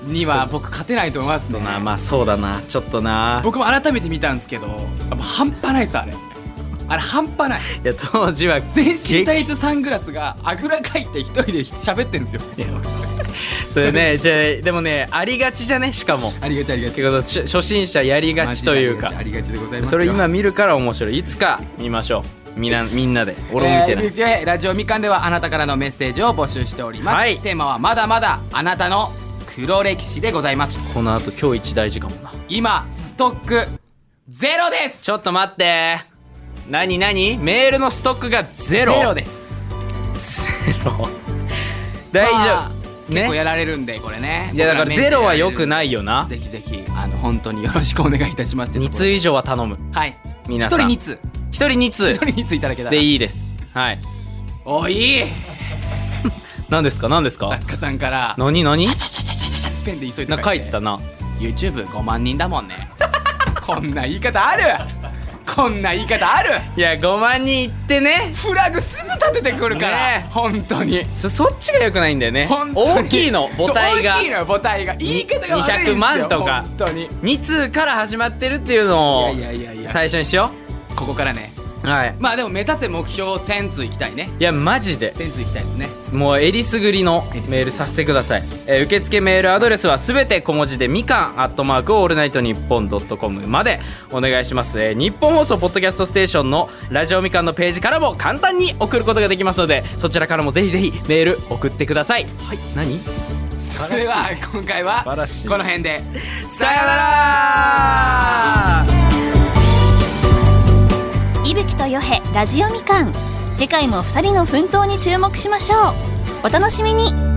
[SPEAKER 1] には僕勝てないと思います
[SPEAKER 2] ちょ
[SPEAKER 1] ね
[SPEAKER 2] っとなまあそうだなちょっとな
[SPEAKER 1] 僕も改めて見たんですけどやっぱ半端ないですあれあれ半端ない
[SPEAKER 2] いや当時は
[SPEAKER 1] 全身タ
[SPEAKER 2] 激
[SPEAKER 1] イツサングラスがあぐらかいて一人で喋ってんですよ
[SPEAKER 2] それねじゃあでもねありがちじゃねしかも
[SPEAKER 1] ありがちありがち
[SPEAKER 2] 結構初初心者やりがちというか
[SPEAKER 1] マジでありがちありがちでございます
[SPEAKER 2] そ
[SPEAKER 1] よ
[SPEAKER 2] れ今見るから面白いいつか見ましょうみんなみんなで俺も見てない、
[SPEAKER 1] えーえーラジオみかんではあなたからのメッセージを募集しております、
[SPEAKER 2] はい
[SPEAKER 1] テーマはまだまだあなたの黒歴史でございます
[SPEAKER 2] この後今日一大事かもな
[SPEAKER 1] 今ストックゼロです
[SPEAKER 2] ちょっと待って何何メールのストックがゼロ
[SPEAKER 1] ゼロです
[SPEAKER 2] ゼロ大
[SPEAKER 1] まあ
[SPEAKER 2] 丈夫、
[SPEAKER 1] 結構
[SPEAKER 2] ね
[SPEAKER 1] やられるんでこれね
[SPEAKER 2] いやだからゼロは良くないいよな
[SPEAKER 1] ぜひぜひあの本当によろしくお願いいたしますってと
[SPEAKER 2] 2
[SPEAKER 1] ころ
[SPEAKER 2] 通以上は頼む
[SPEAKER 1] はい
[SPEAKER 2] 皆さん
[SPEAKER 1] 一人2通
[SPEAKER 2] 1人2通
[SPEAKER 1] 一人2通いただけたら
[SPEAKER 2] でいいですはい
[SPEAKER 1] おい
[SPEAKER 2] 何ですか何ですか
[SPEAKER 1] 作家さんから
[SPEAKER 2] 何何
[SPEAKER 1] シャシャシャシャシャシャってペンで急い
[SPEAKER 2] な
[SPEAKER 1] で
[SPEAKER 2] 書いてたな
[SPEAKER 1] YouTube5 万人だもんね <laughs> こんな言い方あるこんな言い方ある
[SPEAKER 2] いや5万人いってね
[SPEAKER 1] フラグすぐ立ててくるから、
[SPEAKER 2] ねえ
[SPEAKER 1] 本当に
[SPEAKER 2] そそっちが良くないんだよね
[SPEAKER 1] 本当に
[SPEAKER 2] 大きいの母体が
[SPEAKER 1] そう大きいのよ母体が言い方が悪いんですよ
[SPEAKER 2] 200万とか
[SPEAKER 1] 本当にい
[SPEAKER 2] 2通から始まってるっていうの
[SPEAKER 1] や
[SPEAKER 2] を
[SPEAKER 1] いやいやいや
[SPEAKER 2] 最初にしよ
[SPEAKER 1] ここからね
[SPEAKER 2] うはい
[SPEAKER 1] まあでも目指せ目標1000通いきたいね
[SPEAKER 2] いやマジで
[SPEAKER 1] 1000通いきたいですね
[SPEAKER 2] もうえりすぐりのメールさせてください、えー受付メールアドレスはすべて小文字でみかんアットマークオールナイトニッポンドットコムまでお願いします、えー日本放送ポッドキャストステーションのラジオみかんのページからも簡単に送ることができますのでそちらからもぜひぜひメール送ってくださいはい何
[SPEAKER 1] それでは今回は
[SPEAKER 2] 素晴らしい
[SPEAKER 1] この辺で
[SPEAKER 2] さよなら
[SPEAKER 3] 伊吹とよへラジオみかん次回も2人の奮闘に注目しましょうお楽しみに